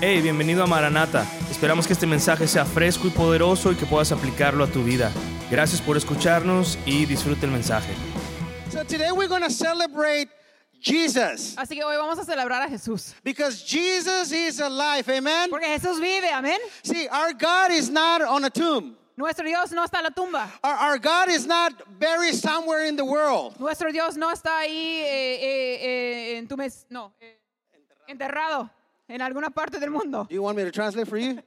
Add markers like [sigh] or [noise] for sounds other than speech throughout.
Hey, bienvenido a Maranata. Esperamos que este mensaje sea fresco y poderoso y que puedas aplicarlo a tu vida. Gracias por escucharnos y disfruta el mensaje. So today we're going to celebrate Jesus Así que hoy vamos a celebrar a Jesús. because Jesus is alive. Amen. Porque Jesús vive, amén. See, our God is not on a tomb. Nuestro Dios no está en la tumba. Our, our God is not buried somewhere in the world. Nuestro Dios no está ahí eh, eh, eh, en tu mes, no, eh, enterrado en alguna parte del mundo. Do you want me to translate for you?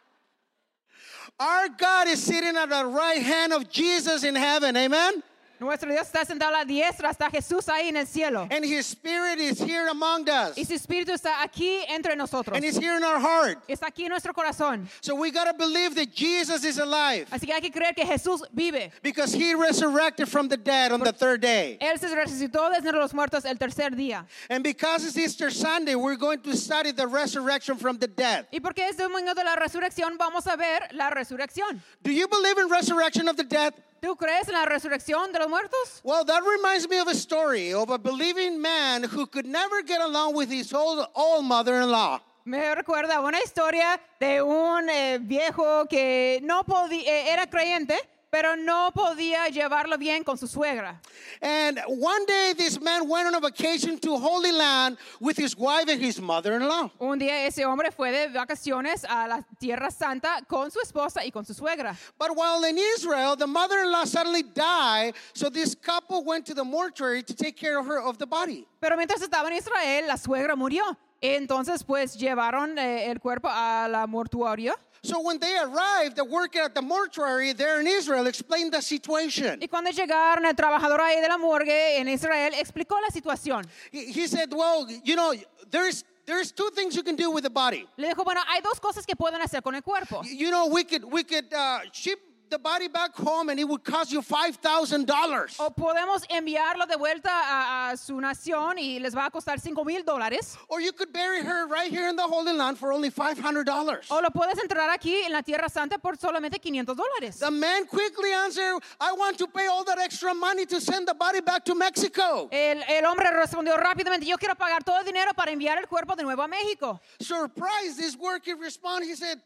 [laughs] our God is sitting at the right hand of Jesus in heaven. Amen. Nuestro Dios está sentado a la diestra, está Jesús ahí en el cielo. And his spirit is here among us. Y su espíritu está aquí entre nosotros. And it's here in our heart. Está aquí en nuestro corazón. So we got to believe that Jesus is alive Así que hay que creer que Jesús vive. because he resurrected from the dead on the third day. Él se resucitó desde los muertos el tercer día. And because it's Easter Sunday, we're going to study the resurrection from the dead. Y porque es domingo de la resurrección, vamos a ver la resurrección. Do you believe in resurrection of the dead? ¿Tú crees en la resurrección de los muertos? Well, that reminds me of a story of a believing man who could never get along with his old, old mother-in-law. Me recuerda a una historia de un eh, viejo que no podía, era creyente, pero no podía llevarlo bien con su suegra. And one day, this man went on a vacation to Holy Land with his wife and his mother-in-law. Un día ese hombre fue de vacaciones a la Tierra Santa con su esposa y con su suegra. But while in Israel, the mother-in-law suddenly died, so this couple went to the mortuary to take care of her of the body. Pero mientras estaba en Israel, la suegra murió. Entonces, pues llevaron eh, el cuerpo a la mortuaria. So when they arrived, the worker at the mortuary there in Israel explained the situation. Y cuando llegaron, el trabajador ahí de la morgue en Israel explicó la situación. He, he said, "Well, you know, there's there's two things you can do with the body. Le dijo, bueno, hay dos cosas que pueden hacer con el cuerpo. You know, we could we could uh, ship the body back home, and it would cost you five thousand dollars. O podemos enviarlo de vuelta a, a su nación y les va a costar 5 mil dólares. Or you could bury her right here in the Holy Land for only five hundred dollars." O lo puedes entrar aquí en la Tierra Santa por solamente 500 dólares. The man quickly answered, "I want to pay all that extra money to send the body back to Mexico." El, el hombre respondió rápidamente, yo quiero pagar todo el dinero para enviar el cuerpo de nuevo a México. Surprised, this worker responded. He said,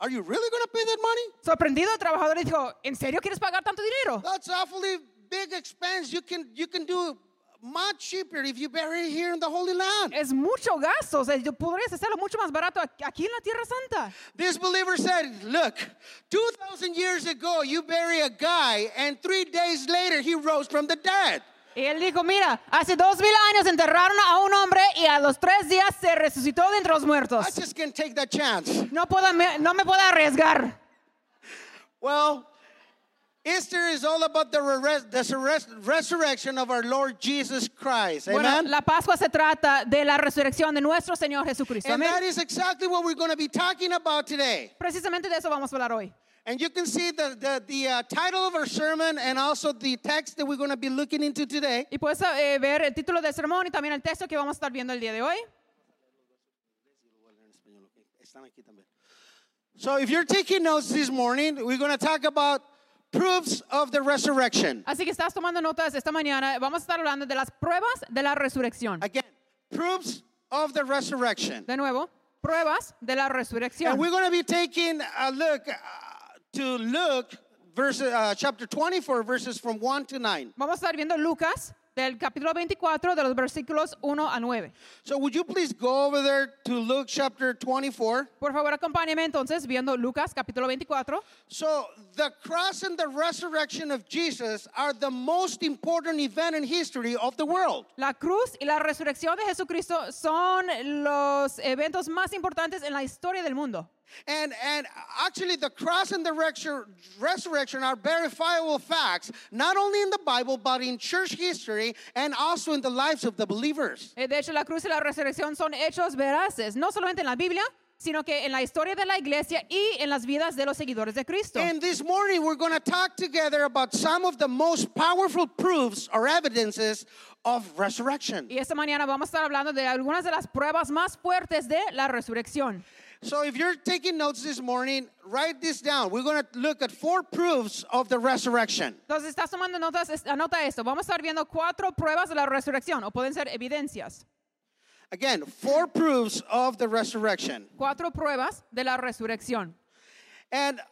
"Are you really going to pay that money?" Sorprendido, el trabajador le dijo, ¿en serio quieres pagar tanto dinero? That's awfully big expense. You can you can do much cheaper if you bury it here in the Holy Land. Es mucho gasto, o sea, yo- podrías hacerlo mucho más barato aquí- aquí en la Tierra Santa. This believer said, "Look, 2,000 years ago, you bury a guy, and three days later, he rose from the dead." Y él dijo, mira, hace dos mil años enterraron a un hombre y a los tres días se resucitó de entre los muertos. I just can't take that chance. No, puedo, me- no me puedo arriesgar. Well, Easter is all about the, reres- the surres- resurrection of our Lord Jesus Christ. Bueno, Amen. la Pascua se trata de la resurrección de nuestro Señor Jesucristo. and Amén. that is exactly what we're going to be talking about today. Precisamente de eso vamos a hablar hoy. And you can see the, the, the uh, title of our sermon and also the text that we're going to be looking into today. Y puedes eh, ver el título del sermón y también el texto que vamos a estar viendo el día de hoy. So, if you're taking notes this morning, we're going to talk about proofs of the resurrection. Así que estás tomando notas esta mañana. Vamos a estar hablando de las pruebas de la resurrección. Again, proofs of the resurrection. De nuevo, pruebas de la resurrección. And we're going to be taking a look uh, to Luke, verse, uh, chapter 24, verses from 1 to 9. Vamos a estar viendo Lucas del capítulo 24 de los versículos 1 a 9. So, would you please go over there to Luke chapter 24? Por favor, acompáñame entonces viendo Lucas capítulo 24. So, the cross and the resurrection of Jesus are the most important event in history of the world. La cruz y la resurrección de Jesucristo son los eventos más importantes en la historia del mundo. And, and actually, the cross and the resur- resurrection are verifiable facts, not only in the Bible, but in church history and also in the lives of the believers. Eh, De hecho, la cruz y la resurrección son hechos veraces, no solamente en la Biblia, sino que en la historia de la iglesia y en las vidas de los seguidores de Cristo. And this morning, we're going to talk together about some of the most powerful proofs or evidences of resurrection. Y esta mañana vamos a estar hablando de algunas de las pruebas más fuertes de la resurrección. So, if you're taking notes this morning, write this down. We're going to look at four proofs of the resurrection. Entonces, estás tomando notas, es- anota esto. Vamos a estar viendo cuatro pruebas de la resurrección, o pueden ser evidencias. Again, four proofs of the resurrection. Cuatro pruebas de la resurrección. And uh,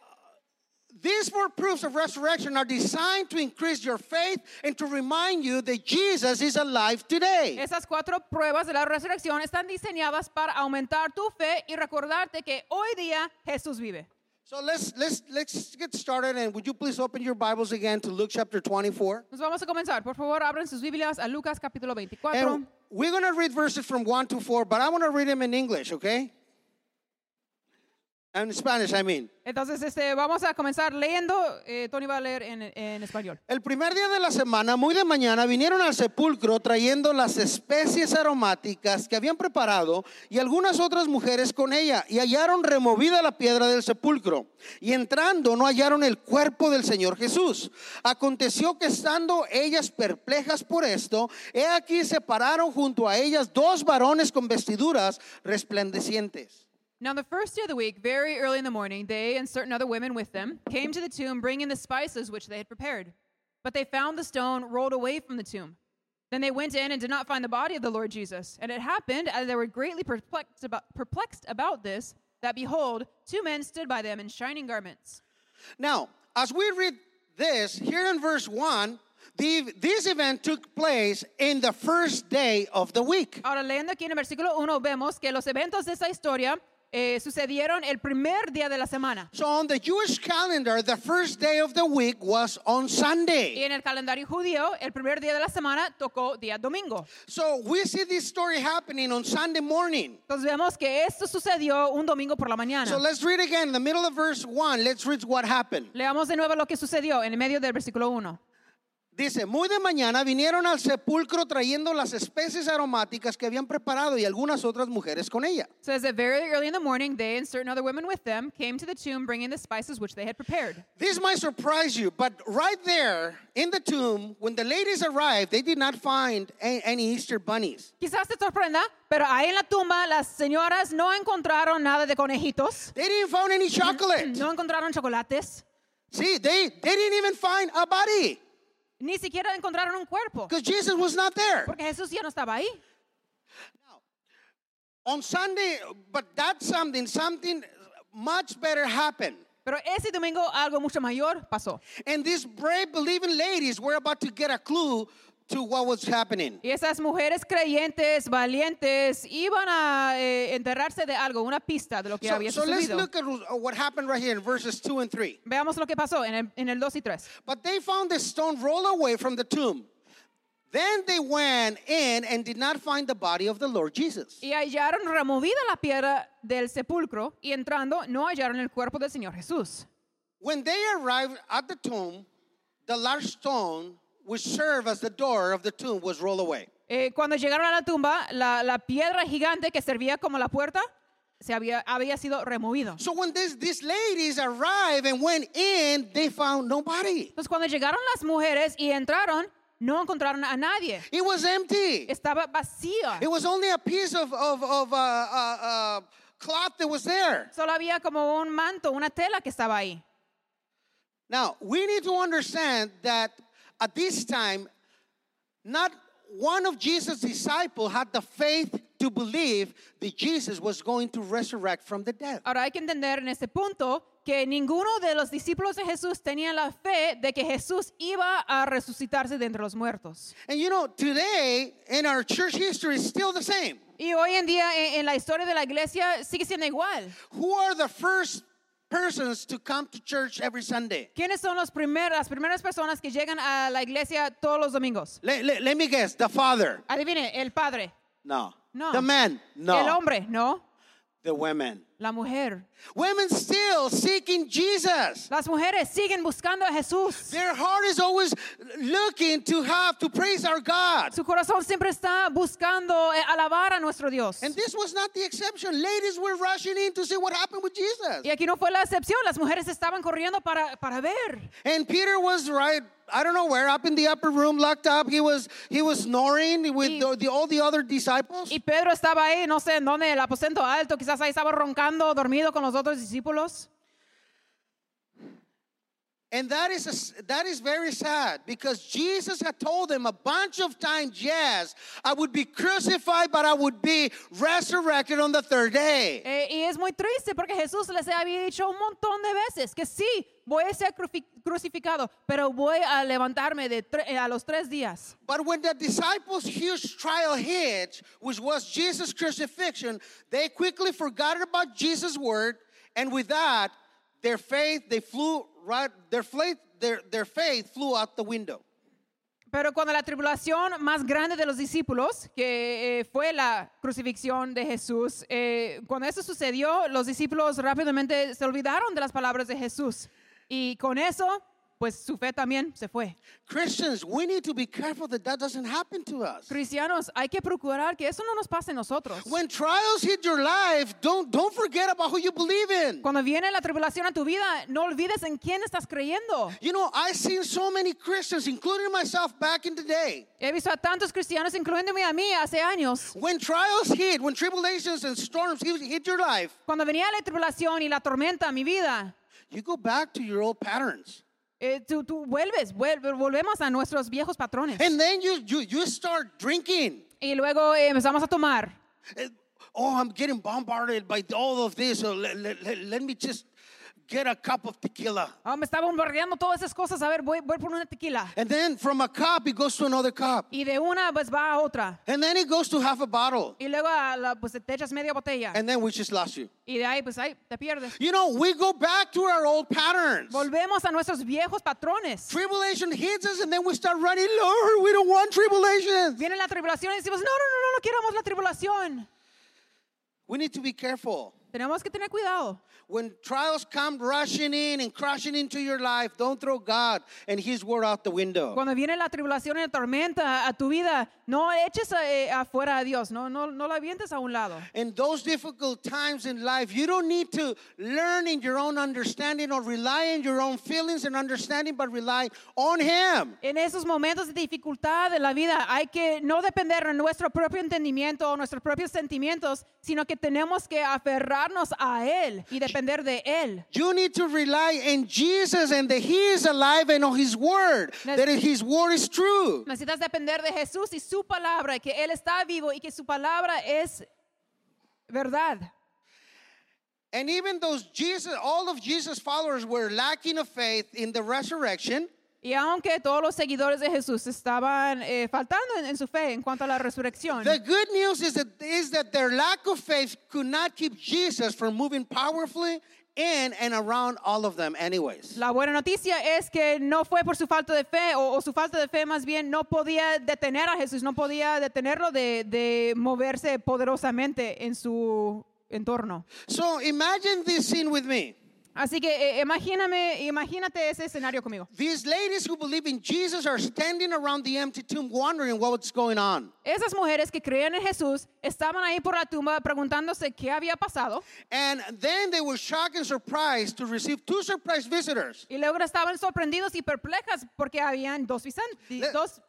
these four proofs of resurrection are designed to increase your faith and to remind you that Jesus is alive today. Esas cuatro pruebas de la resurrección están diseñadas para aumentar tu fe y recordarte que hoy día Jesús vive. So let's let's let's get started and would you please open your Bibles again to Luke chapter 24? Nos vamos a comenzar. Por favor, abran sus Biblias a Lucas capítulo 24. And we're going to read verses from 1 to 4, but I want to read them in English, okay? And in Spanish, I mean. Entonces, este, vamos a comenzar leyendo. eh, Tony va a leer en, en español. El primer día de la semana, muy de mañana, vinieron al sepulcro trayendo las especies aromáticas que habían preparado y algunas otras mujeres con ella, y hallaron removida la piedra del sepulcro. Y entrando no hallaron el cuerpo del Señor Jesús. Aconteció que estando ellas perplejas por esto, he aquí se pararon junto a ellas dos varones con vestiduras resplandecientes. Now, the first day of the week, very early in the morning, they and certain other women with them came to the tomb bringing the spices which they had prepared. But they found the stone rolled away from the tomb. Then they went in and did not find the body of the Lord Jesus. And it happened, as they were greatly perplexed about, perplexed about this, that behold, two men stood by them in shining garments. Now, as we read this here in verse 1, the, this event took place in the first day of the week. Ahora, leyendo aquí en el versículo 1, vemos que los eventos de esa historia eh, sucedieron el primer día de la semana. So, on the Jewish calendar, the first day of the week was on Y Sunday. en el calendario judío, el primer día de la semana tocó día domingo. So, we see this story happening on Sunday morning. Entonces vemos que esto sucedió un domingo por la mañana. So, let's read again the middle of verse 1. Let's read what happened. Leamos de nuevo lo que sucedió en el medio del versículo 1. Dice, muy de mañana vinieron al sepulcro trayendo las especies aromáticas que habían preparado y algunas otras mujeres con ella. It says that very early in the morning, they and certain other women with them came to the tomb bringing the spices which they had prepared. This might surprise you, but right there in the tomb, when the ladies arrived, they did not find a- any Easter bunnies. Quizás te sorprenda, pero ahí en la tumba las señoras no encontraron nada de conejitos, They didn't find any chocolate. no encontraron chocolates, See, they, they didn't even find a body ni siquiera encontraron un cuerpo, because Jesus was not there. porque Jesús ya no estaba ahí. On Sunday, but that's something, something much better happened. Pero ese domingo algo mucho mayor pasó. And these brave, believing ladies were about to get a clue to what was happening. Y esas mujeres creyentes, valientes, iban a eh, enterrarse de algo, una pista de lo que So, había so let's sucedido. look at what happened right here in verses 2 and 3. Veamos lo que pasó en el, en el 2 y 3. But they found the stone rolled away from the tomb. Then they went in and did not find the body of the Lord Jesus. Y hallaron removida la piedra del sepulcro y entrando no hallaron el cuerpo del Señor Jesús. When they arrived at the tomb, the large stone, which served as the door of the tomb, was rolled away. Eh, cuando llegaron a la tumba, la, la piedra gigante que servía como la puerta se había, había sido removido. So when this, these ladies arrived and went in, they found nobody. Entonces cuando llegaron las mujeres y entraron, no encontraron a nadie. It was empty. Estaba vacía. It was only a piece of, of, of uh, uh, uh, cloth that was there. Solo había como un manto, una tela que estaba ahí. Now, we need to understand that at this time, not one of Jesus' disciples had the faith to believe that Jesus was going to resurrect from the dead. Ahora hay que entender en este punto que ninguno de los discípulos de Jesús tenía la fe de que Jesús iba a resucitarse de entre los muertos. And you know, today in our church history is still the same. Y hoy en día en, en la historia de la iglesia sigue siendo igual. Who are the first persons to come to church every Sunday? ¿Quiénes son los primer- las primeras personas que llegan a la iglesia todos los domingos? Let, let, let me guess, the father? Adivine, el padre, No. No. The man? No. el hombre, ¿no? The women. La mujer. Women still seeking Jesus. Las mujeres siguen buscando a Jesús. Their heart is always looking to have to praise our God. Su corazón siempre está buscando eh, alabar a nuestro Dios. And this was not the exception. Ladies were rushing in to see what happened with Jesus. Y aquí no fue la excepción, las mujeres estaban corriendo para, para ver. And Peter was right, I don't know where, up in the upper room, locked up. He was he was snoring with Y- the, the- all the other disciples. Y Pedro estaba ahí, no sé en dónde, el aposento alto, quizás ahí estaba roncando, dormido con los otros discípulos. And that is, a, that is very sad because Jesus had told them a bunch of times, yes, I would be crucified, but I would be resurrected on the third day. Eh, y es muy triste porque Jesús les había dicho un montón de veces que sí, voy a ser crufi- crucificado, pero voy a levantarme de tre- eh, a los tres días. But when the disciples' huge trial hit, which was Jesus' crucifixion, they quickly forgot about Jesus' word. And with that, their faith, they flew right, their faith, their, their faith flew out the window. Pero cuando la tribulación más grande de los discípulos, que eh, fue la crucifixión de Jesús, eh, cuando eso sucedió, los discípulos rápidamente se olvidaron de las palabras de Jesús. Y con eso, pues su fe también se fue. Christians, we need to be careful that that doesn't happen to us. Cristianos, hay que procurar que eso no nos pase a nosotros. When trials hit your life, don't don't forget about who you believe in. Cuando viene la tribulación a tu vida, no olvides en quién estás creyendo. You know, I've seen so many Christians, including myself back in the day. He visto a tantos cristianos, incluyéndome a mí, hace años. When trials hit, when tribulations and storms hit, hit your life, Cuando venía la tribulación y la tormenta a mi vida, you go back to your old patterns. eh, tú, tú vuelves, vuelve- volvemos a nuestros viejos patrones. And then you you you start drinking. Y luego eh, empezamos a tomar. Eh, Oh, I'm getting bombarded by all of this. So let, let, let, let me just get a cup of tequila. Ah, me estaba bombardeando todas esas cosas. A ver, voy, voy por una tequila. And then from a cup, it goes to another cup. Y de una, pues va a otra. And then it goes to half a bottle. Y luego, a la- pues te echas media botella. And then we just lost you. Y de ahí, pues ahí te pierdes. You know, we go back to our old patterns. Volvemos a nuestros viejos patrones. Tribulation hits us, and then we start running, Lord, we don't want tribulation. Viene la tribulación y decimos, no, no, no, no, no queremos la tribulación. We need to be careful. Tenemos que tener cuidado. When trials come rushing in and crashing into your life, don't throw God and His word out the window. Cuando viene la tribulación y la tormenta a tu vida, no eches eh, afuera a Dios, no, no, no la avientes a un lado. In those difficult times in life, you don't need to learn in your own understanding or rely on your own feelings and understanding, but rely on Him. En esos momentos de dificultad de la vida hay que no depender de nuestro propio entendimiento o nuestros propios sentimientos, sino que tenemos que aferrarnos a Él y depender de Él. You need to rely on Jesus and that He is alive and on His word, that His word is true. Necesitas depender de Jesús y su palabra, que Él está vivo y que su palabra es verdad. And even those Jesus, all of Jesus' followers were lacking of faith in the resurrection, Y aunque todos los seguidores de Jesús estaban eh, faltando en, en su fe en cuanto a la resurrección, the good news is that, is that their lack of faith could not keep Jesus from moving powerfully in and around all of them, anyways. La buena noticia es que no fue por su falta de fe, o, o su falta de fe más bien no podía detener a Jesús, no podía detenerlo de, de moverse poderosamente en su entorno. So imagine this scene with me. Así que eh, imagíname, imagínate ese escenario conmigo. These ladies who believe in Jesus are standing around the empty tomb wondering what's going on. Esas mujeres que creían en Jesús estaban ahí por la tumba preguntándose qué había pasado And then they were shocked and surprised to receive two surprise visitors. y luego estaban sorprendidos y perplejas porque habían dos, visan- di- Le- dos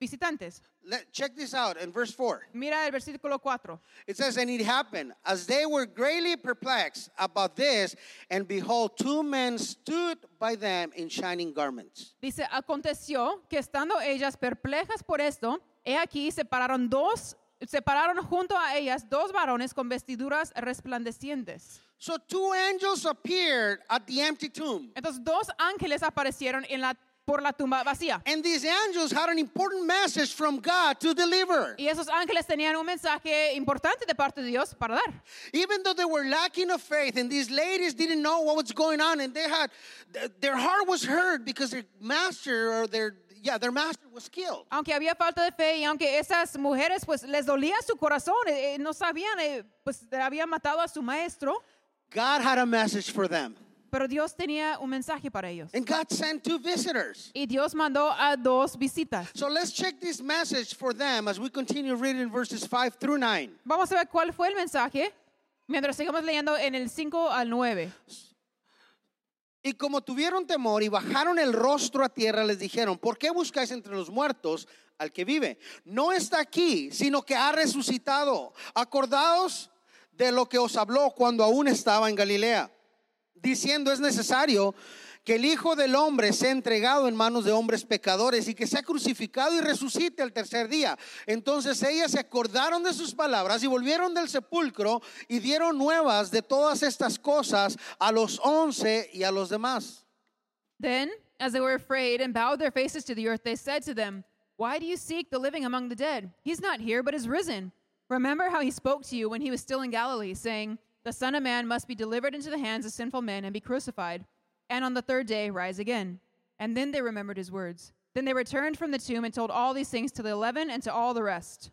visitantes. Let, check this out in verse 4. Mira el versículo 4. It says, And it happened, as they were greatly perplexed about this, and behold, two men stood by them in shining garments. Dice, aconteció que estando ellas perplejas por esto, he aquí separaron dos, separaron junto a ellas dos varones con vestiduras resplandecientes. So two angels appeared at the empty tomb. Entonces dos ángeles aparecieron en la, por la tumba vacía. And these angels had an important message from God to deliver. Y esos ángeles tenían un mensaje importante de parte de Dios para dar. Even though they were lacking of faith and these ladies didn't know what was going on and they had th- their heart was hurt because their master or their yeah, their master was killed. Aunque había falta de fe y aunque esas mujeres pues les dolía su corazón, eh, eh, no sabían, eh, pues habían matado a su maestro, God had a message for them. pero Dios tenía un mensaje para ellos. And God sent two visitors. Y Dios mandó a dos visitas. So let's check this message for them as we continue reading verses 5 through 9. Vamos a ver cuál fue el mensaje mientras sigamos leyendo en el 5 al 9. Y como tuvieron temor y bajaron el rostro a tierra, les dijeron, ¿por qué buscáis entre los muertos al que vive? No está aquí, sino que ha resucitado. Acordaos de lo que os habló cuando aún estaba en Galilea, diciendo es necesario que el Hijo del Hombre sea entregado en manos de hombres pecadores y que sea crucificado y resucite al tercer día. Entonces ellas se acordaron de sus palabras y volvieron del sepulcro y dieron nuevas de todas estas cosas a los once y a los demás. Then, as they were afraid and bowed their faces to the earth, they said to them, Why do you seek the living among the dead? He's not here, but is risen. Remember how he spoke to you when he was still in Galilee, saying, The Son of Man must be delivered into the hands of sinful men and be crucified, and on the third day rise again. And then they remembered his words. Then they returned from the tomb and told all these things to the eleven and to all the rest.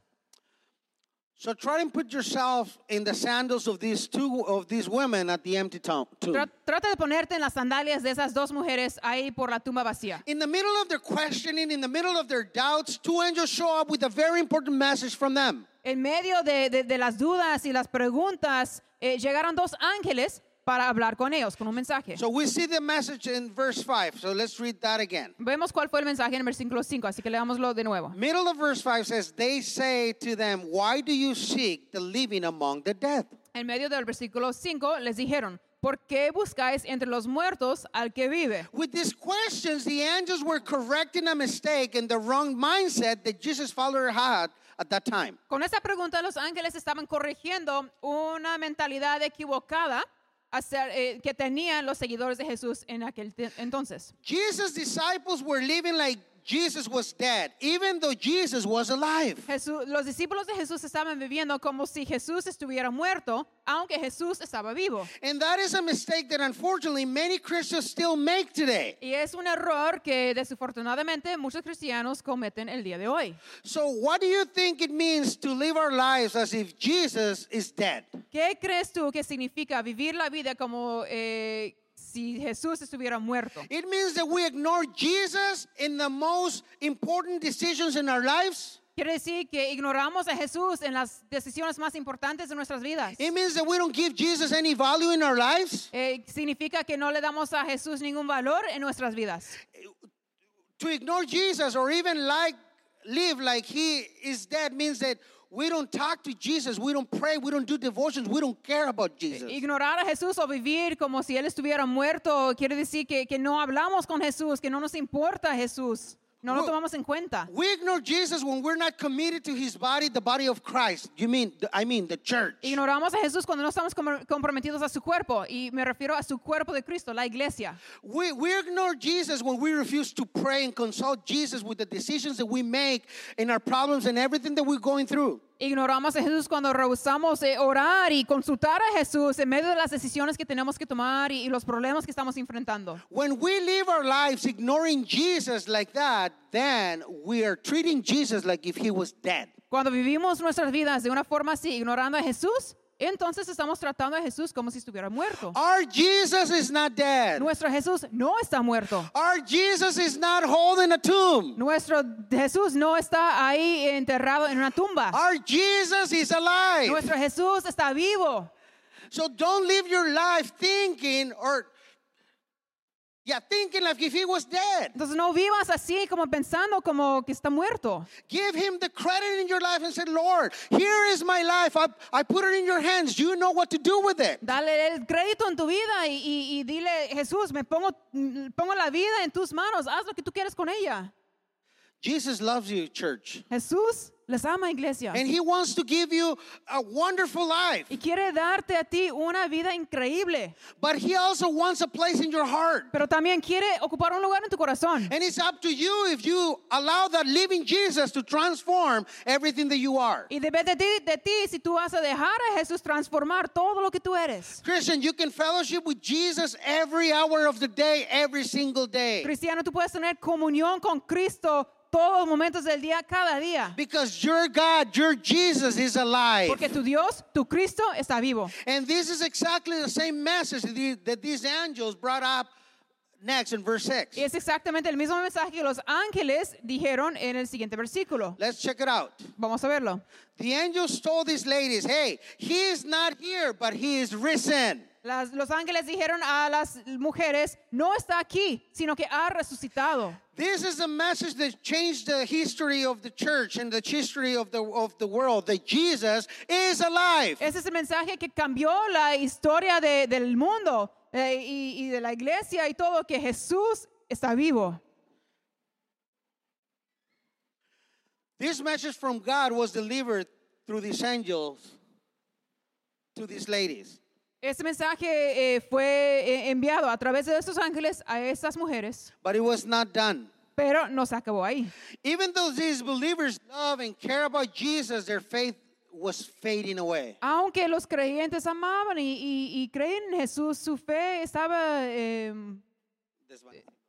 So try and put yourself in the sandals of these two of these women at the empty tomb. tomb. Tra- Trata de ponerte en las sandalias de esas dos mujeres ahí por la tumba vacía. In the middle of their questioning, in the middle of their doubts, two angels show up with a very important message from them. En medio de, de- de las dudas y las preguntas, eh, llegaron dos ángeles para hablar con ellos, con un mensaje. So we see the message in verse 5. So let's read that again. Vemos cuál fue el mensaje en el versículo 5, así que leámoslo de nuevo. Middle of verse 5 says, They say to them, Why do you seek the living among the dead? En medio del versículo 5 les dijeron, ¿por qué buscáis entre los muertos al que vive? With these questions, the angels were correcting a mistake and the wrong mindset that Jesus' followers had at that time. Con esa pregunta los ángeles estaban corrigiendo una mentalidad equivocada hacia- eh, que tenían los seguidores de Jesús en aquel te- entonces. Jesus' disciples were living like Jesus was dead, even though Jesus was alive. Jesús- los discípulos de Jesús estaban viviendo como si Jesús estuviera muerto, aunque Jesús estaba vivo. And that is a mistake that unfortunately many Christians still make today. Y es un error que desafortunadamente muchos cristianos cometen el día de hoy. So, what do you think it means to live our lives as if Jesus is dead? ¿Qué crees tú que significa vivir la vida como eh, si Jesús estuviera muerto? It means that we ignore Jesus in the most important decisions in our lives. Quiere decir que ignoramos a Jesús en las decisiones más importantes de nuestras vidas. It means that we don't give Jesus any value in our lives. Eh, significa que no le damos a Jesús ningún valor en nuestras vidas. To ignore Jesus or even like live like he is dead means that we don't talk to Jesus, we don't pray, we don't do devotions, we don't care about Jesus. Ignorar a Jesús o vivir como si Él estuviera muerto quiere decir que, que no hablamos con Jesús, que no nos importa Jesús, no lo Well- tomamos en cuenta. We ignore Jesus when we're not committed to his body, the body of Christ. You mean I mean the church. Ignoramos a Jesús cuando no estamos com- comprometidos a su cuerpo, y me refiero a su cuerpo de Cristo, la iglesia. We, we ignore Jesus when we refuse to pray and consult Jesus with the decisions that we make and our problems and everything that we're going through. Ignoramos a Jesús cuando rehusamos eh, orar y consultar a Jesús en medio de las decisiones que tenemos que tomar y, y los problemas que estamos enfrentando. When we live our lives ignoring Jesus like that, then we are treating Jesus like if he was dead. Cuando vivimos nuestras vidas de una forma así, ignorando a Jesús, entonces estamos tratando a Jesús como si estuviera muerto. Our Jesus is not dead. Nuestro Jesús no está muerto. Our Jesus is not holding a tomb. Nuestro Jesús no está ahí enterrado en una tumba. Our Jesus is alive. Nuestro Jesús está vivo. So don't live your life thinking or, yeah, thinking like if he was dead. Entonces no vivas así como pensando como que está muerto. Give him the credit in your life and say, Lord, here is my life. I, I put it in your hands. You know what to do with it. Dale el crédito en tu vida y, y- y dile, Jesús, me pongo, mm, pongo la vida en tus manos, haz lo que tú quieres con ella. Jesus loves you, church. Jesús les ama, iglesia. And he wants to give you a wonderful life. Y quiere darte a ti una vida increíble, But he also wants a place in your heart. pero también quiere ocupar un lugar en tu corazón. And it's up to you if you allow that living Jesus to transform everything that you are. Y depende de ti, de ti si tú vas a dejar a Jesús transformar todo lo que tú eres. Christian, you can fellowship with Jesus every hour of the day, every single day. Cristiano, tú puedes tener comunión con Cristo todos los momentos del día, cada día. Because your God, your Jesus is alive. Porque tu Dios, tu Cristo, está vivo. And this is exactly the same message that the- that these angels brought up next in verse 6. Y es exactamente el mismo mensaje que los ángeles dijeron en el siguiente versículo. Let's check it out. Vamos a verlo. The angels told these ladies, hey, he is not here, but he is risen. Las- los ángeles dijeron a las mujeres, no está aquí, sino que ha resucitado. This is a message that changed the history of the church and the history of the, of the world that Jesus is alive. Ese es el mensaje que cambió la historia de- del mundo, eh, y, y de la iglesia y todo que Jesús está vivo. This message from God was delivered through these angels to these ladies. Ese mensaje eh, fue eh, enviado a través de estos ángeles a estas mujeres, But it was not done. pero no se acabó ahí. Even though these believers love and care about Jesus, their faith was fading away. Aunque los creyentes amaban y, y- y creían en Jesús, su fe estaba eh,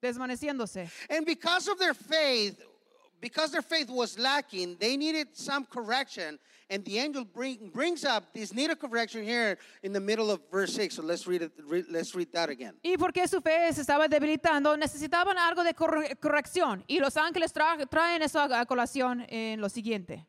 desvaneciéndose. And because of their faith, because their faith was lacking, they needed some correction. And the angel bring, brings up this need of correction here in the middle of verse 6. So let's read it. Re, let's read that again. Y porque su fe se estaba debilitando, necesitaban algo de corre- corrección. Y los ángeles tra- traen eso a a colación en lo siguiente.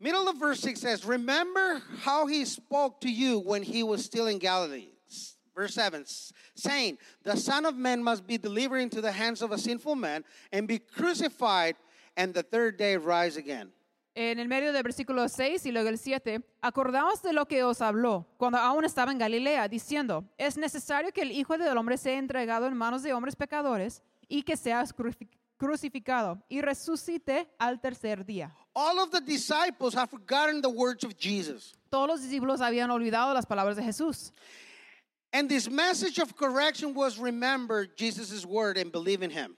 Middle of verse 6 says, Remember how he spoke to you when he was still in Galilee. S- Verse 7 s- saying, The Son of Man must be delivered into the hands of a sinful man and be crucified, and the third day rise again. En el medio del versículo 6 y luego el 7, acordaos de lo que os habló cuando aún estaba en Galilea, diciendo, es necesario que el Hijo del Hombre sea entregado en manos de hombres pecadores y que sea cruci- crucificado y resucite al tercer día. All of the disciples have forgotten the words of Jesus. Todos los discípulos habían olvidado las palabras de Jesús. And this message of correction was remember Jesus' word and believe in him.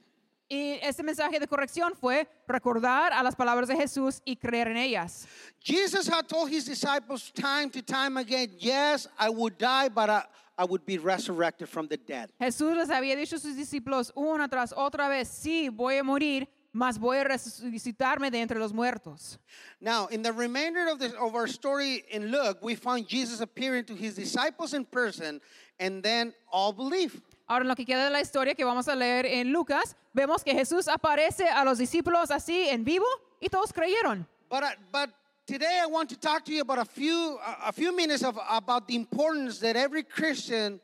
Y este mensaje de corrección fue recordar a las palabras de Jesús y creer en ellas. Jesus had told his disciples time to time again, Yes, I would die, but I, I would be resurrected from the dead. Jesús les había dicho a sus discípulos una tras otra vez, sí, voy a morir, mas voy a resucitarme de entre los muertos. Now, in the remainder of, the, of our story in Luke, we find Jesus appearing to his disciples in person, and then all believe. Ahora, en lo que queda de la historia que vamos a leer en Lucas, vemos que Jesús aparece a los discípulos así en vivo y todos creyeron. But, I, but today I want to talk to you about a few, a, a few minutes of, about the importance that every Christian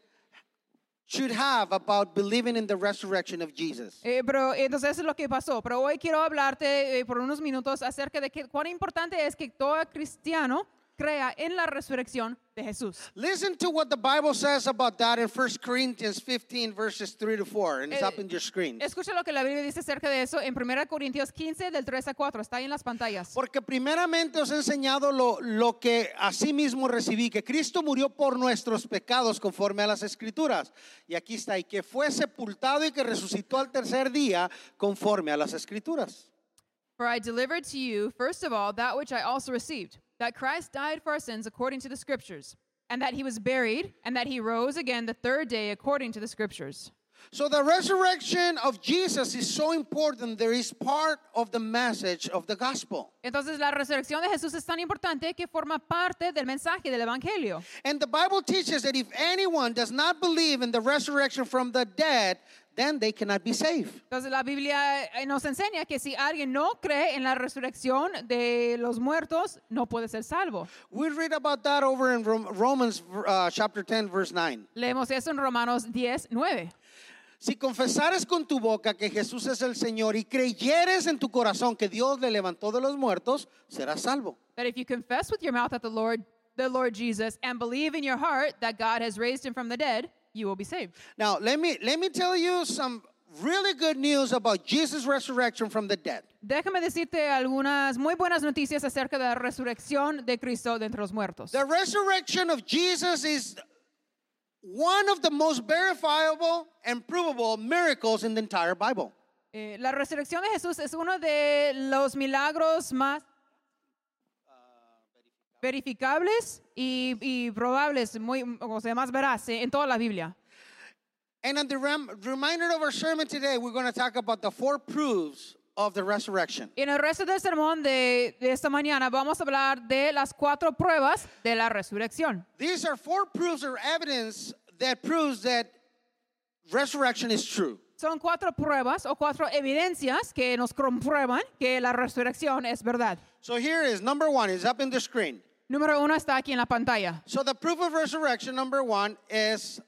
should have about believing in the resurrection of Jesus. Eh, pero entonces eso es lo que pasó. Pero hoy quiero hablarte eh, por unos minutos acerca de que, cuán importante es que todo cristiano crea en la resurrección de Jesús. Listen to what the Bible says about that in 1 Corinthians 15, verses 3 to 4, and it's Eh, up in your screen. Escucha lo que la Biblia dice acerca de eso en 1 Corintios 15, del 3 a 4. Está ahí en las pantallas. Porque primeramente os he enseñado lo, lo que asimismo recibí, que Cristo murió por nuestros pecados conforme a las escrituras. Y aquí está, y que fue sepultado y que resucitó al tercer día conforme a las escrituras. For I delivered to you, first of all, that which I also received that Christ died for our sins according to the Scriptures, and that he was buried, and that he rose again the third day according to the Scriptures. So the resurrection of Jesus is so important. There is part of the message of the gospel. Entonces, la resurrección de Jesús es tan importante que forma parte del mensaje del Evangelio. And the Bible teaches that if anyone does not believe in the resurrection from the dead, then they cannot be saved. Entonces, la Biblia eh, nos enseña que si alguien no cree en la resurrección de los muertos, no puede ser salvo. We read about that over in Rom- Romans uh, chapter 10 verse 9. Leemos eso en Romanos 10, 9. Si confesares con tu boca que Jesús es el Señor y creyeres en tu corazón que Dios le levantó de los muertos, serás salvo. that if you confess with your mouth that the Lord the Lord Jesus and believe in your heart that God has raised him from the dead, you will be saved. Now, let me let me tell you some really good news about Jesus resurrection from the dead. Déjame decirte algunas muy buenas noticias acerca de la resurrección de Cristo de entre los muertos. The resurrection of Jesus is one of the most verifiable and provable miracles in the entire Bible. Eh, la resurrección de Jesús es uno de los milagros más verificables y, y probables, muy, o sea, más veraz eh, en toda la Biblia. And on the rem- reminder of our sermon today, we're going to talk about the four proofs of the resurrection. Y en el resto del sermón de- de esta mañana vamos a hablar de las cuatro pruebas de la resurrección. These are four proofs or evidence that proves that resurrection is true. Son cuatro pruebas o cuatro evidencias que nos comprueban que la resurrección es verdad. So here is number one, is up in the screen. Número uno está aquí en la pantalla. So the proof of resurrection, number one, is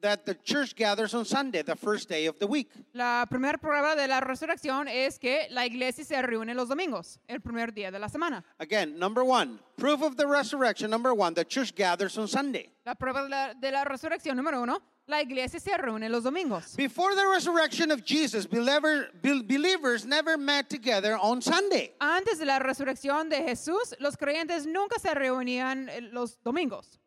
that the church gathers on Sunday, the first day of the week. La primera prueba de la resurrección es que la iglesia se reúne los domingos, el primer día de la semana. Again, number one, proof of the resurrection, number one, the church gathers on Sunday. La prueba de la, de la resurrección número uno La iglesia se reúne los domingos. Before the resurrection of Jesus, believer- be- believers never met together on Sunday. Antes de la resurrección de Jesús, los creyentes nunca se reunían eh, los domingos.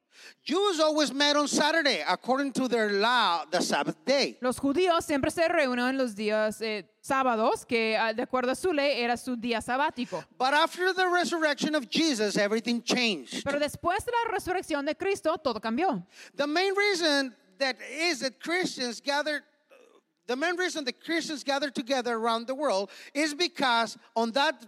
Jews always met on Saturday according to their law, the Sabbath day. Los judíos siempre se reúnen los días eh, sábados, que ah, de acuerdo a su ley era su día sabático. But after the resurrection of Jesus, everything changed. Pero después de la resurrección de Cristo, todo cambió. The main reason that is that Christians gathered the main reason that Christians gather together around the world is because on that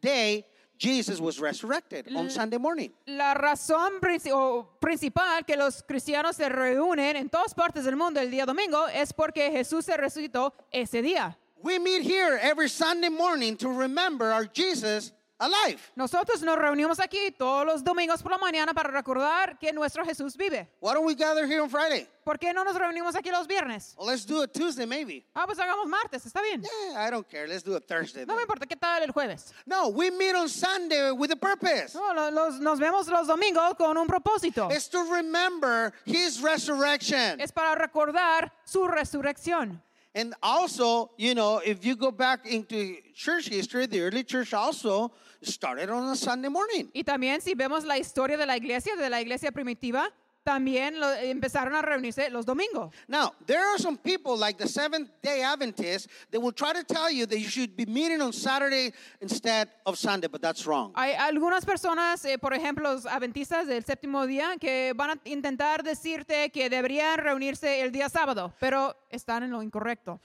day Jesus was resurrected on Sunday morning. La razón princi- o principal que los cristianos se reúnen en todas partes del mundo el día domingo es porque Jesús se resucitó ese día. We meet here every Sunday morning to remember our Jesus alive. Nosotros nos reunimos aquí todos los domingos por la mañana para recordar que nuestro Jesús vive. Why don't we gather here on Friday? ¿Por qué no nos reunimos aquí los viernes? Well, let's do it Tuesday maybe. Ah, pues hagamos martes, está bien. Eh, I don't care. Let's do it Thursday. No then. me importa, ¿qué tal el jueves? No, we meet on Sunday with a purpose. No, lo- los- nos vemos los domingos con un propósito. It's to remember his resurrection. Es para recordar su resurrección. And also, you know, if you go back into church history, the early church also started on a Sunday morning. Y también si vemos la historia de la iglesia, de la iglesia primitiva, también lo- empezaron a reunirse los domingos. Now, there are some people like the Seventh day Adventists that will try to tell you that you should be meeting on Saturday instead of Sunday, but that's wrong. Hay algunas personas, eh, por ejemplo, los adventistas del séptimo día, que van a intentar decirte que deberían reunirse el día sábado, pero están en lo incorrecto.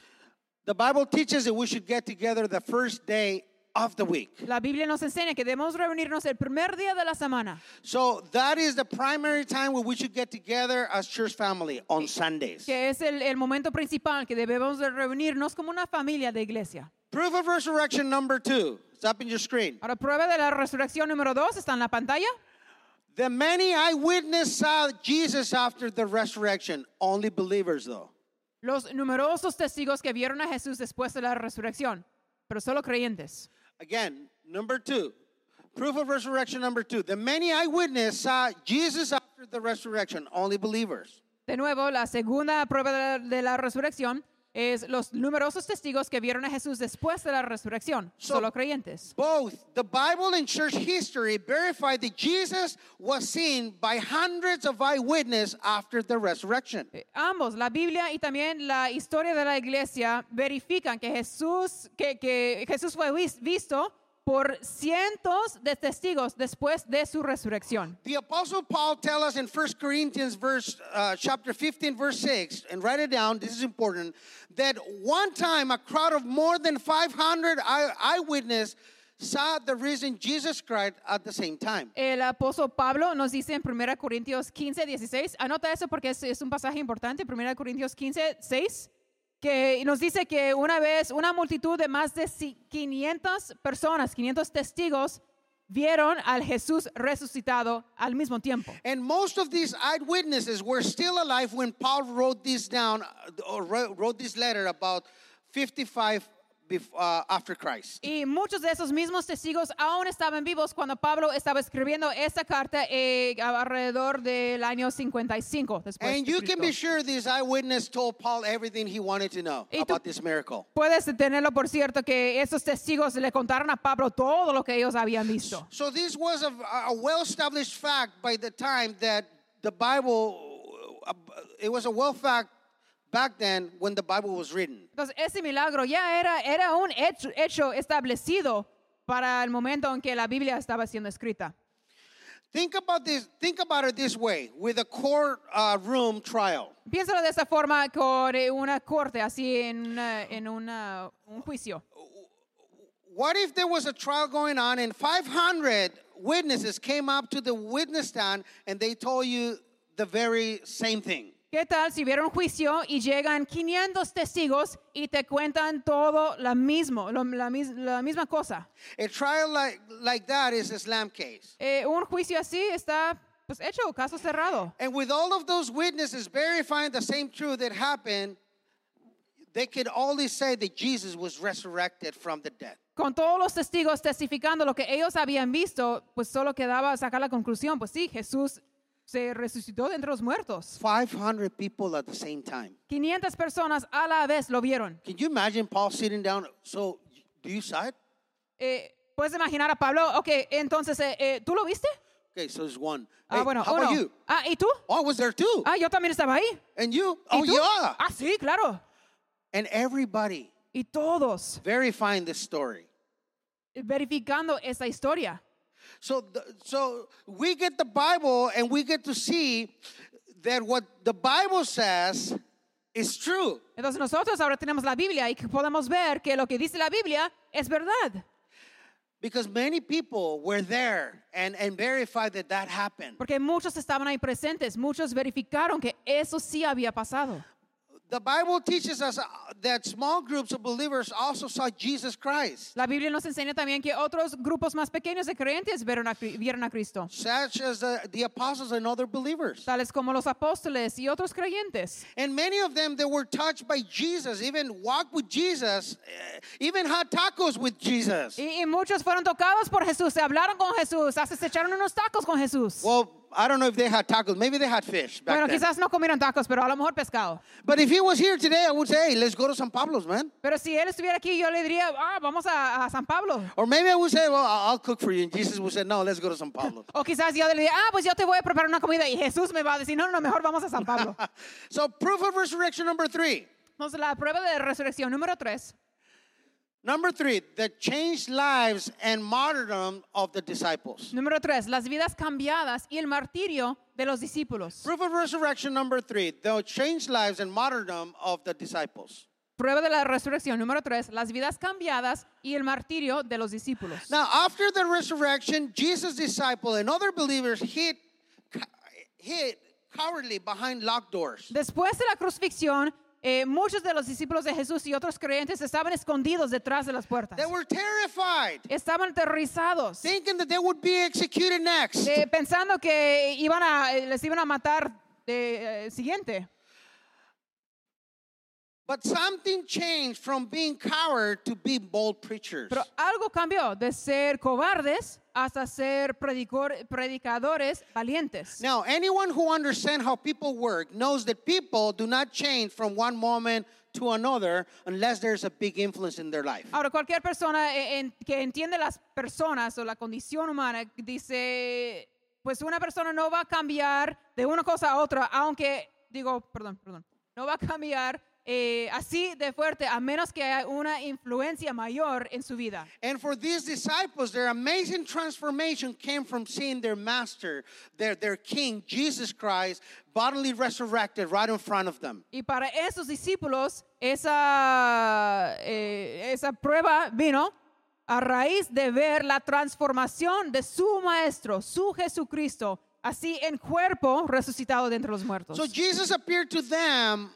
The Bible teaches that we should get together the first day of the week. La Biblia nos enseña que debemos reunirnos el primer día de la semana. So that is the primary time where we should get together as church family on Sundays. que es el, el momento principal que debemos de reunirnos como una familia de iglesia. Proof of resurrection number two. It's up in your screen. Ahora, prueba de la resurrección número dos está en la pantalla. The many eyewitnesses saw Jesus after the resurrection. Only believers, though. Los numerosos testigos que vieron a Jesús después de la resurrección, pero solo creyentes. Again, number two. Proof of resurrection number two. The many eyewitnesses saw Jesus after the resurrection. Only believers. De nuevo, la segunda prueba de la, de la resurrección es los numerosos testigos que vieron a Jesús después de la resurrección, So- solo creyentes. Both the Bible and church history verify that Jesus was seen by hundreds of eyewitnesses after the resurrection. Eh, Ambos, la Biblia y también la historia de la iglesia verifican que Jesús, que, que Jesús fue vis- visto por cientos de testigos después de su resurrección. The Apostle Paul tells us in 1 Corinthians verse, uh, chapter 15, verse 6, and write it down, this is important, that one time a crowd of more than 500 eye- eyewitness saw the risen Jesus Christ at the same time. El apóstol Pablo nos dice en 1 Corintios 15, 16, anota eso porque es, es un pasaje importante, 1 Corintios 15, 6, que nos dice que una vez una multitud de más de ci- 500 personas, 500 testigos, vieron al Jesús resucitado al mismo tiempo. And most of these eyewitnesses were still alive when Paul wrote this down, uh, or wrote wrote this letter about 55 bef- uh, after Christ. Y muchos de esos mismos testigos aún estaban vivos cuando Pablo estaba escribiendo esta carta eh, alrededor del año 55 después de And you can Cristo. be sure this eyewitness told Paul everything he wanted to know Y tú- about this miracle. Puedes tenerlo por cierto que esos testigos le contaron a Pablo todo lo que ellos habían visto. So this was a, a well-established fact by the time that the Bible, uh, it was a well fact back then when the Bible was written. Entonces, ese milagro ya era, era un hecho, hecho establecido para el momento en que la Biblia estaba siendo escrita. Think about this. Think about it this way: with a court uh, room trial, Piénsalo de esa forma con eh, una corte, así en, una- en una- un juicio. what if there was a trial going on and 500 witnesses came up to the witness stand and they told you the very same thing? ¿Qué tal si hubiera un juicio y llegan 500 testigos y te cuentan todo lo mismo, lo- la, mis- la misma cosa? A trial like like that is a slam case. Eh, un juicio así está pues hecho, caso cerrado. And with all of those witnesses verifying the same truth that happened, they could only say that Jesus was resurrected from the dead. Con todos los testigos testificando lo que ellos habían visto, pues solo quedaba sacar la conclusión, pues sí, Jesús se resucitó de entre los muertos. 500 people at the same time. 500 personas a la vez lo vieron. Can you imagine Paul sitting down? So, do you saw it? Eh, ¿Puedes imaginar a Pablo? Ok, entonces, eh, eh, ¿tú lo viste? Okay, so it's one. Ah, Hey, bueno, how uno. about you? Ah, ¿y tú? Oh, I was there too. Ah, yo también estaba ahí. and you? ¿Y Oh, tú? yeah. Ah, sí, claro. And everybody Y todos verifying this story. verificando esa historia. So, the, so we get the Bible and we get to see that what the Bible says is true. Entonces nosotros ahora tenemos la Biblia y que podemos ver que lo que dice la Biblia es verdad. Because many people were there and, and verified that that happened. Porque muchos estaban ahí presentes, muchos verificaron que eso sí había pasado. The Bible teaches us uh, that small groups of believers also saw Jesus Christ, La Biblia nos enseña también que otros grupos más pequeños de creyentes vieron a, Cri- vieron a Cristo, such as the, the apostles and other believers. tales como los apóstoles y otros creyentes. And many of them that were touched by Jesus, even walked with Jesus, eh, even had tacos with Jesus. Y, y muchos fueron tocados por Jesús, se hablaron con Jesús, hasta se echaron unos tacos con Jesús. Well, I don't know if they had tacos. Maybe they had fish back Bueno, then. quizás no comieron tacos, pero a lo mejor pescado. But if he was here today, I would say, hey, let's go to San Pablo's, man. Pero si él estuviera aquí, yo le diría, ah, vamos a, a San Pablo. Or maybe I would say, well, I- I'll cook for you. And Jesus would say, no, let's go to San Pablo. O quizás yo le diría, ah, pues yo te voy a preparar una comida. Y Jesús me va a decir, no, no, no, mejor vamos a [laughs] San Pablo. so, proof of resurrection number three. Entonces, la prueba de resurrección número tres Number three, the changed lives and martyrdom of the disciples. Número tres, las vidas cambiadas y el martirio de los discípulos. Proof of resurrection number three, the changed lives and martyrdom of the disciples. Prueba de la resurrección. Número tres, las vidas cambiadas y el martirio de los discípulos. Now, after the resurrection, Jesus' disciple and other believers hid, hid cowardly behind locked doors. Después de la crucifixión, eh, muchos de los discípulos de Jesús y otros creyentes estaban escondidos detrás de las puertas. They were terrified, Estaban aterrorizados, thinking that they would be executed next. eh, pensando que iban a, eh, les iban a matar eh, eh, siguiente. But something changed from being coward to being bold preachers. Pero algo cambió de ser cobardes hasta ser predicor- predicadores valientes. Now, anyone who understands how people work knows that people do not change from one moment to another unless there's a big influence in their life. Ahora, cualquier persona eh, en- que entiende las personas o la condición humana dice, pues una persona no va a cambiar de una cosa a otra, aunque, digo, perdón, perdón, no va a cambiar eh, así de fuerte a menos que haya una influencia mayor en su vida. And for these disciples, their amazing transformation came from seeing their master, their, their king, Jesus Christ, bodily resurrected right in front of them. Y para esos discípulos, esa, eh, esa prueba vino a raíz de ver la transformación de su maestro, su Jesucristo, así en cuerpo resucitado de entre los muertos. So Jesus appeared to them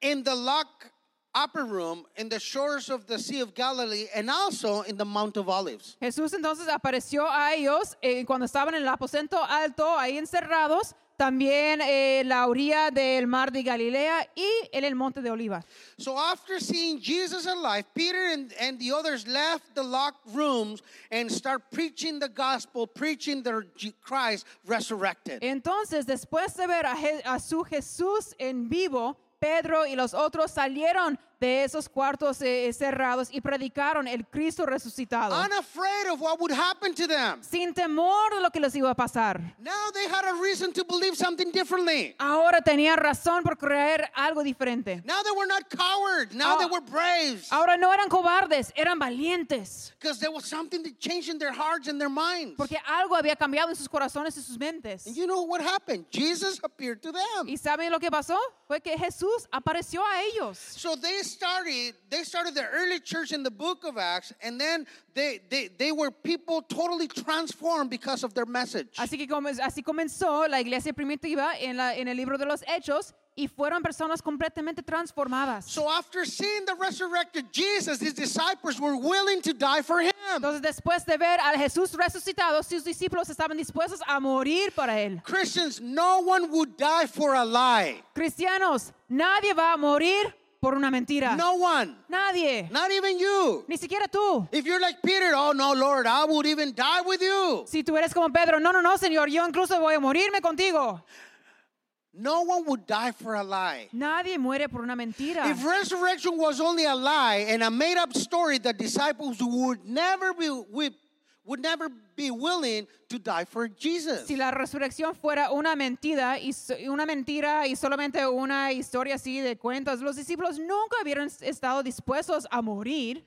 in the lock upper room in the shores of the Sea of Galilee and also in the Mount of Olives. Jesús entonces apareció a ellos eh, cuando estaban en el aposento alto, ahí encerrados, también eh, la orilla del mar de Galilea y en el monte de Oliva. So after seeing Jesus alive, Peter and, and the others left the locked rooms and start preaching the gospel, preaching the Je- Christ resurrected. Entonces, después de ver a, Je- a su Jesús en vivo, Pedro y los otros salieron de esos cuartos eh, cerrados y predicaron el Cristo resucitado, Ah, Unafraid of what would happen to them. sin temor de lo que les iba a pasar. Now they had a reason to believe something differently. Ahora tenían razón por creer algo diferente. Now they were not cowards. Now they Ah- were brave. Ahora no eran cobardes, eran valientes, Because there was something that changed in their hearts and their minds. porque algo había cambiado en sus corazones y sus mentes. And you know what happened? Jesus appeared to them. ¿Y saben lo que pasó? Fue que Jesús apareció a ellos. So they started they started the early church in the book of Acts, and then they they, they were people totally transformed because of their message. Así que come- así comenzó la iglesia primitiva en, la- en el libro de los Hechos y fueron personas completamente transformadas. So after seeing the resurrected Jesus, his disciples were willing to die for him. Entonces, después de ver al Jesús resucitado, sus discípulos estaban dispuestos a morir para él. Christians, no one would die for a lie. Cristianos, nadie va a morir por una mentira. No one, Nadie. not even you. Ni siquiera tú. If you're like Peter, oh no, Lord, I would even die with you. Si tú eres como Pedro, no, no, no, Señor, yo incluso voy a morirme contigo. No one would die for a lie. Nadie muere por una mentira. If resurrection was only a lie and a made up story, the disciples would never be would, would never be willing to die for Jesus. Si la resurrección fuera una mentira y so- y una mentira y solamente una historia así de cuentos, los discípulos nunca hubieran estado dispuestos a morir.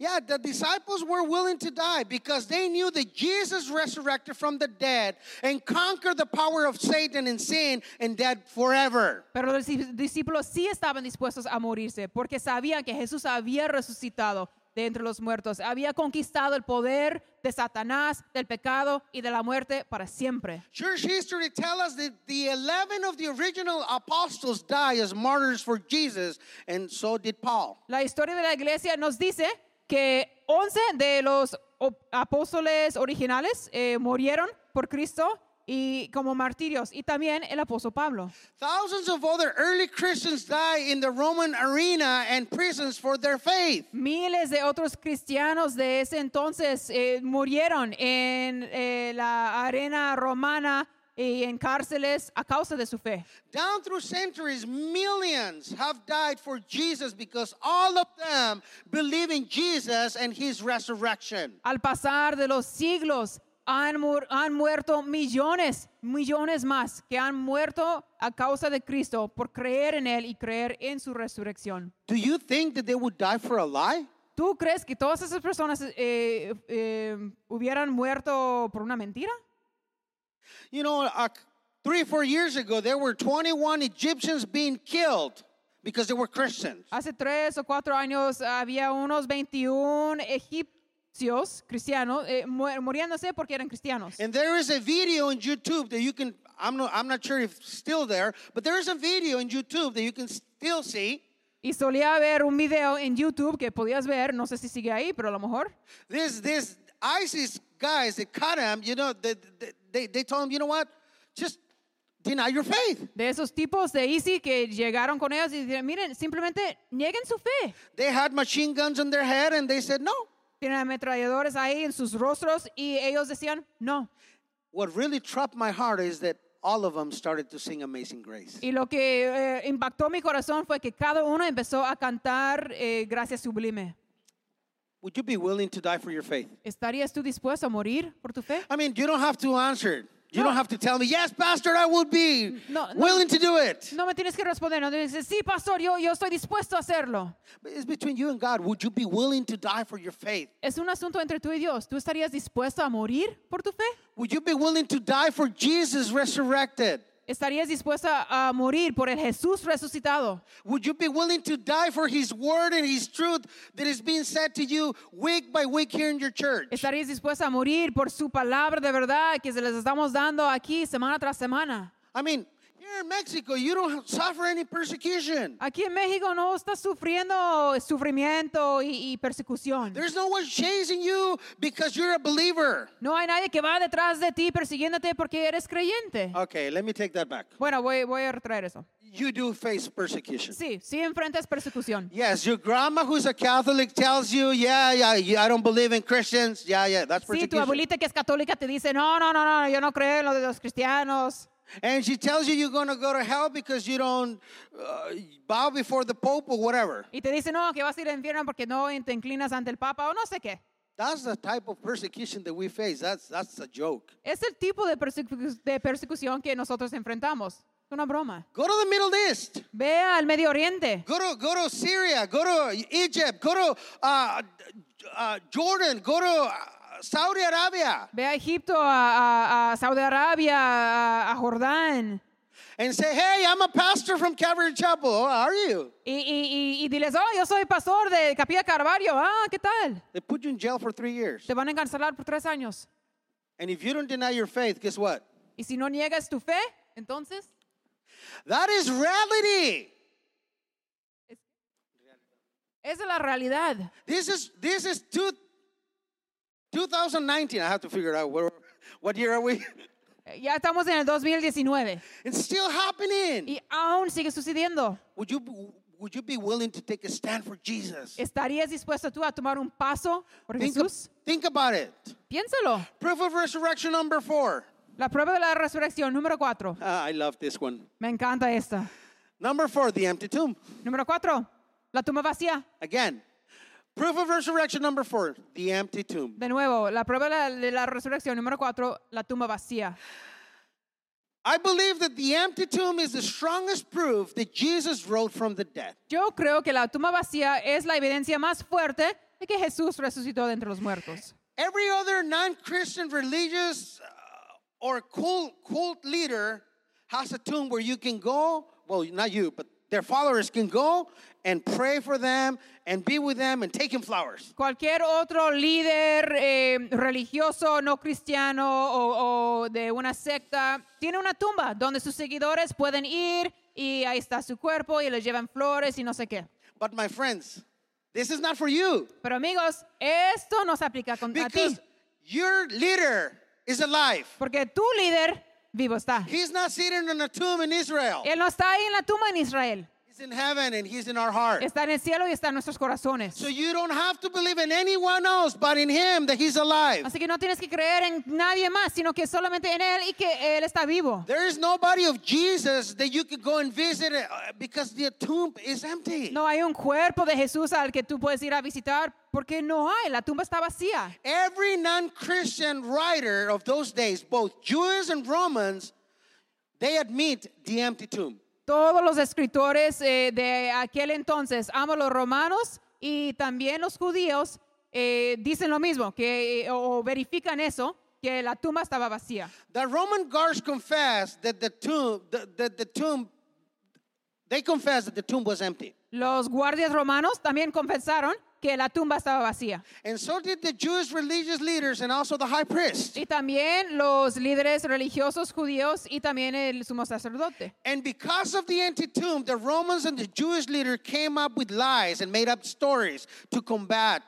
Yeah, the disciples were willing to die because they knew that Jesus resurrected from the dead and conquered the power of Satan and sin and death forever. Pero los discíp- discípulos sí estaban dispuestos a morirse porque sabían que Jesús había resucitado de entre los muertos, había conquistado el poder de Satanás, del pecado y de la muerte para siempre. Church history tells us that the 11 of the original apostles died as martyrs for Jesus, and so did Paul. La historia de la iglesia nos dice que 11 de los op- apóstoles originales eh, murieron por Cristo y como martirios y también el apóstol Pablo. Thousands of other early Christians died in the Roman arena and prisons for their faith. Miles de otros cristianos de ese entonces eh, murieron en eh, la arena romana y en cárceles a causa de su fe. Down through centuries, millions have died for Jesus because all of them believe in Jesus and his resurrection. Al pasar de los siglos han, mu- han muerto millones, millones más que han muerto a causa de Cristo por creer en Él y creer en su resurrección. Do you think that they would die for a lie? ¿Tú crees que todas esas personas eh, eh, hubieran muerto por una mentira? You know, uh, three, four years ago, there were 21 Egyptians being killed because they were Christians. Hace tres o cuatro años había unos 21 egipcios cristianos eh, mu- muriéndose porque eran cristianos. And there is a video on YouTube that you can, I'm not, I'm not sure if it's still there, but there is a video on YouTube that you can still see. Y solía haber un video en YouTube que podías ver, no sé si sigue ahí, pero a lo mejor. This, this ISIS guys that caught him, you know, they, they- they, they told him, you know what, just deny your faith. de esos tipos de Easy que llegaron con ellos y dijeron, miren, simplemente nieguen su fe. They had machine guns on their head and they said, no. Tienen ametralladores ahí en sus rostros y ellos decían, no. What really trapped my heart is that all of them started to sing Amazing Grace. Y lo que eh, impactó mi corazón fue que cada uno empezó a cantar eh, Gracias Sublime. Would you be willing to die for your faith? ¿Estarías tú dispuesto a morir por tu fe? I mean, you don't have to answer it. You No. don't have to tell me, yes, Pastor, I would be No, no. willing to do it. No me tienes que responder, no dices, sí, pastor, yo, yo estoy dispuesto a hacerlo. But it's between you and God. Would you be willing to die for your faith? Es un asunto entre tú y Dios. ¿Tú estarías dispuesto a morir por tu fe? Would you be willing to die for Jesus resurrected? ¿Estarías dispuesto a morir por el Jesús resucitado? Would you be willing to die for His word and His truth that is being said to you week by week here in your church? ¿Estarías dispuesta a morir por su palabra de verdad que se les estamos dando aquí semana tras semana? I mean, here in Mexico, you don't suffer any persecution. Aquí en México no estás sufriendo sufrimiento y, y persecución. There's no one chasing you because you're a believer. No hay nadie que va detrás de ti persiguiéndote porque eres creyente. Okay, let me take that back. Bueno, voy, voy a retraer eso. You do face persecution. Sí, sí enfrentas persecución. Yes, your grandma who's a Catholic tells you, yeah, yeah, yeah, I don't believe in Christians. Yeah, yeah, that's Sí, tu persecution. abuelita que es católica te dice, no, no, no, no, yo no creo en lo de los cristianos. and she tells you you're going to go to hell because you don't uh, bow before the Pope or whatever. Y te dice, no, que vas a ir al infierno porque no te inclinas ante el Papa o no sé qué. That's the type of persecution that we face. That's, that's a joke. Es el tipo de, persecu- de persecución que nosotros enfrentamos. Es una broma. Go to the Middle East. Ve al Medio Oriente, Go to, go to Syria. Go to Egypt. Go to uh, uh, Jordan. Go to uh, Saudi Arabia. ve a Egipto, a, a- a Saudi Arabia, a, a Jordán. And say, hey, I'm a pastor from Calvary Chapel. Oh, are you? Y, y- y- y diles, oh, yo soy pastor de Capilla Carvalho. Ah, ¿qué tal? They put you in jail for three years. Te van a encarcelar por tres años. And if you don't deny your faith, guess what? Y si no niegas tu fe, entonces, That is reality. esa es la realidad. This is this is two, 2019. I have to figure out where, what year are we? [laughs] Eh, Ya estamos en el 2019 It's still happening. y aún sigue sucediendo. Would you would you be willing to take a stand for Jesus? ¿Estarías dispuesto tú a tomar un paso por Think, ab- Jesús? think about it. Piénsalo. Proof of resurrection number four. La prueba de la resurrección, número cuatro. Ah, I love this one. Me encanta esta. Number four, the empty tomb. Número cuatro, la tumba vacía. Again, proof of resurrection number four, the empty tomb. De nuevo, la prueba de la, de la resurrección, número cuatro, la tumba vacía. I believe that the empty tomb is the strongest proof that Jesus rose from the dead. Yo creo que la tumba vacía es la evidencia más fuerte de que Jesús resucitó de entre los muertos. Every other non Christian religious uh, or cult, cult leader has a tomb where you can go, well, not you, but their followers can go and pray for them and be with them and take him flowers. Cualquier otro líder eh, religioso, no cristiano o, o de una secta tiene una tumba donde sus seguidores pueden ir y ahí está su cuerpo y le llevan flores y no sé qué. But my friends, this is not for you Pero amigos, esto nos aplica con, a ti because your leader is alive. porque tu líder vivo está. He's not sitting in a tomb in Israel. Él no está ahí en la tumba en Israel. He's in heaven and he's in our heart. Está en el cielo y está en nuestros corazones. So you don't have to believe in anyone else but in him that he's alive. Así que no tienes que creer en nadie más, sino que solamente en Él y que Él está vivo. There is nobody of Jesus that you could go and visit uh, because the tomb is empty. No hay un cuerpo de Jesús al que tú puedes ir a visitar porque no hay, la tumba está vacía. Every non Christian writer of those days, both Jews and Romans, they admit the empty tomb. Todos los escritores eh, de aquel entonces, amo los romanos y también los judíos, eh, dicen lo mismo, que, eh, o o verifican eso, que la tumba estaba vacía. The Roman guards confessed that the tomb, that that the tomb, they confessed that the tomb was empty. Los guardias romanos también confesaron que la tumba estaba vacía. And so did the Jewish religious leaders and also the high priest. Y también los líderes religiosos judíos y también el sumo sacerdote. And because of the empty tomb, the Romans and the Jewish leader came up with lies and made up stories to combat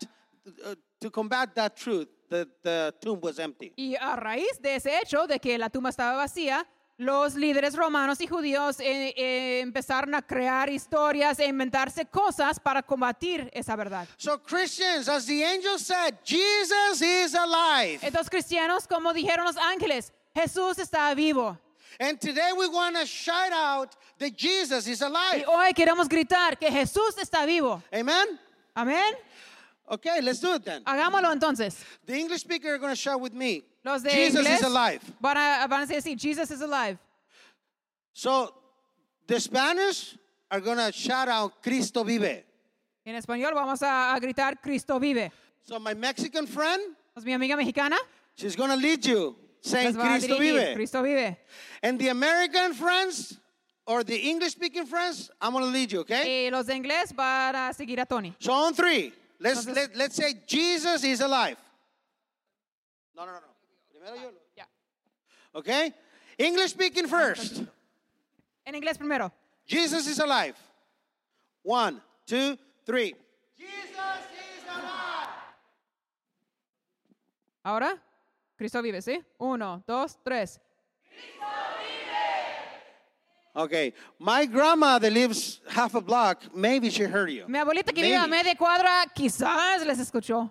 uh, to combat that truth that the tomb was empty. Y a raíz de ese hecho, de que la tumba estaba vacía, los líderes romanos y judíos eh, eh, empezaron a crear historias e inventarse cosas para combatir esa verdad. So Christians, as the angel said, Jesus is alive. Estos cristianos, como dijeron los ángeles, Jesús está vivo. And today we want to shout out that Jesus is Y alive. hoy queremos gritar que Jesús está vivo. Amen. Amén. Okay, let's do it then. Hagámoslo entonces. The English speaker are going to shout with me. Los de Jesus inglés is alive. Van a, van a decir, Jesus is alive. So the Spanish are going to shout out Cristo vive. En español vamos a, a gritar, Cristo vive. So my Mexican friend, Pues mi amiga mexicana she's going to lead you saying les va a Cristo dirigir, vive. Cristo vive. And the American friends or the English speaking friends, I'm going to lead you, okay? Y Eh, los de inglés van a seguir a Tony. So on three, let's Entonces- let, let's say Jesus is alive. No, no, no, no. Primero yo. Ya. Ah, Okay? English speaking first. En inglés primero. Jesus is alive. One, two, three. Ahora, Cristo vive, ¿sí? Uno, dos, tres. Okay. My grandma that lives half a block, maybe she heard you. Mi abuelita que Maybe. vive a media cuadra quizás les escuchó.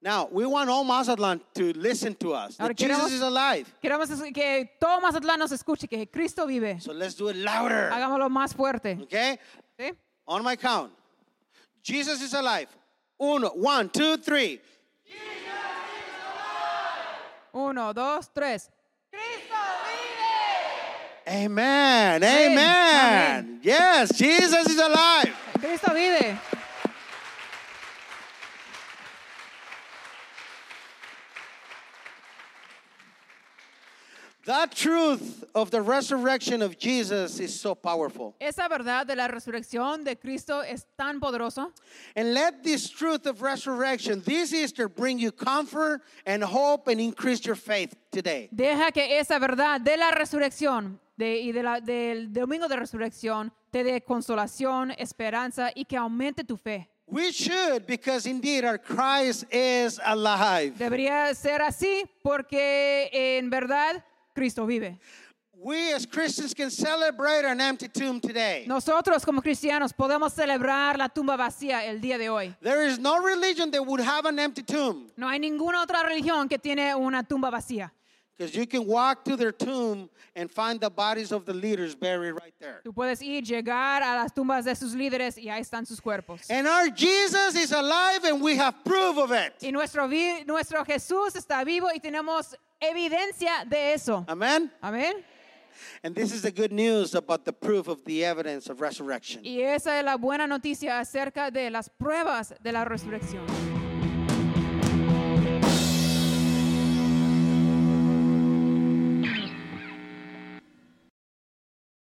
Now, we want all Mazatlan to listen to us. That Ahora Jesus queremos- is alive. Queremos es- que todo Mazatlán nos escuche, que Cristo vive. So let's do it louder. Hagámoslo más fuerte. Okay? ¿sí? On my count. Jesus is alive. Uno, one, two, three. Uno, dos, tres. Amen. Amén. Amen. Amén. Yes, Jesus is alive. Cristo vive. That truth of the resurrection of Jesus is so powerful. Esa verdad de la resurrección de Cristo es tan poderoso. And let this truth of resurrection this Easter bring you comfort and hope and increase your faith today. Deja que esa verdad de la resurrección de- y de la- del domingo de resurrección te dé consolación, esperanza y que aumente tu fe. We should, because indeed our Christ is alive. Debería ser así porque en verdad Cristo vive. We as Christians can celebrate an empty tomb today. Nosotros como cristianos podemos celebrar la tumba vacía el día de hoy. There is no religion that would have an empty tomb No hay ninguna otra religión que tiene una tumba vacía. because you can walk to their tomb and find the bodies of the leaders buried right there. Tú puedes ir, llegar a las tumbas de sus líderes y ahí están sus cuerpos. And our Jesus is alive and we have proof of it. Y nuestro, vi- nuestro Jesús está vivo y tenemos evidencia de eso. Amen? Amén. And this is the good news about the proof of the evidence of resurrection. Y esa es la buena noticia acerca de las pruebas de la resurrección.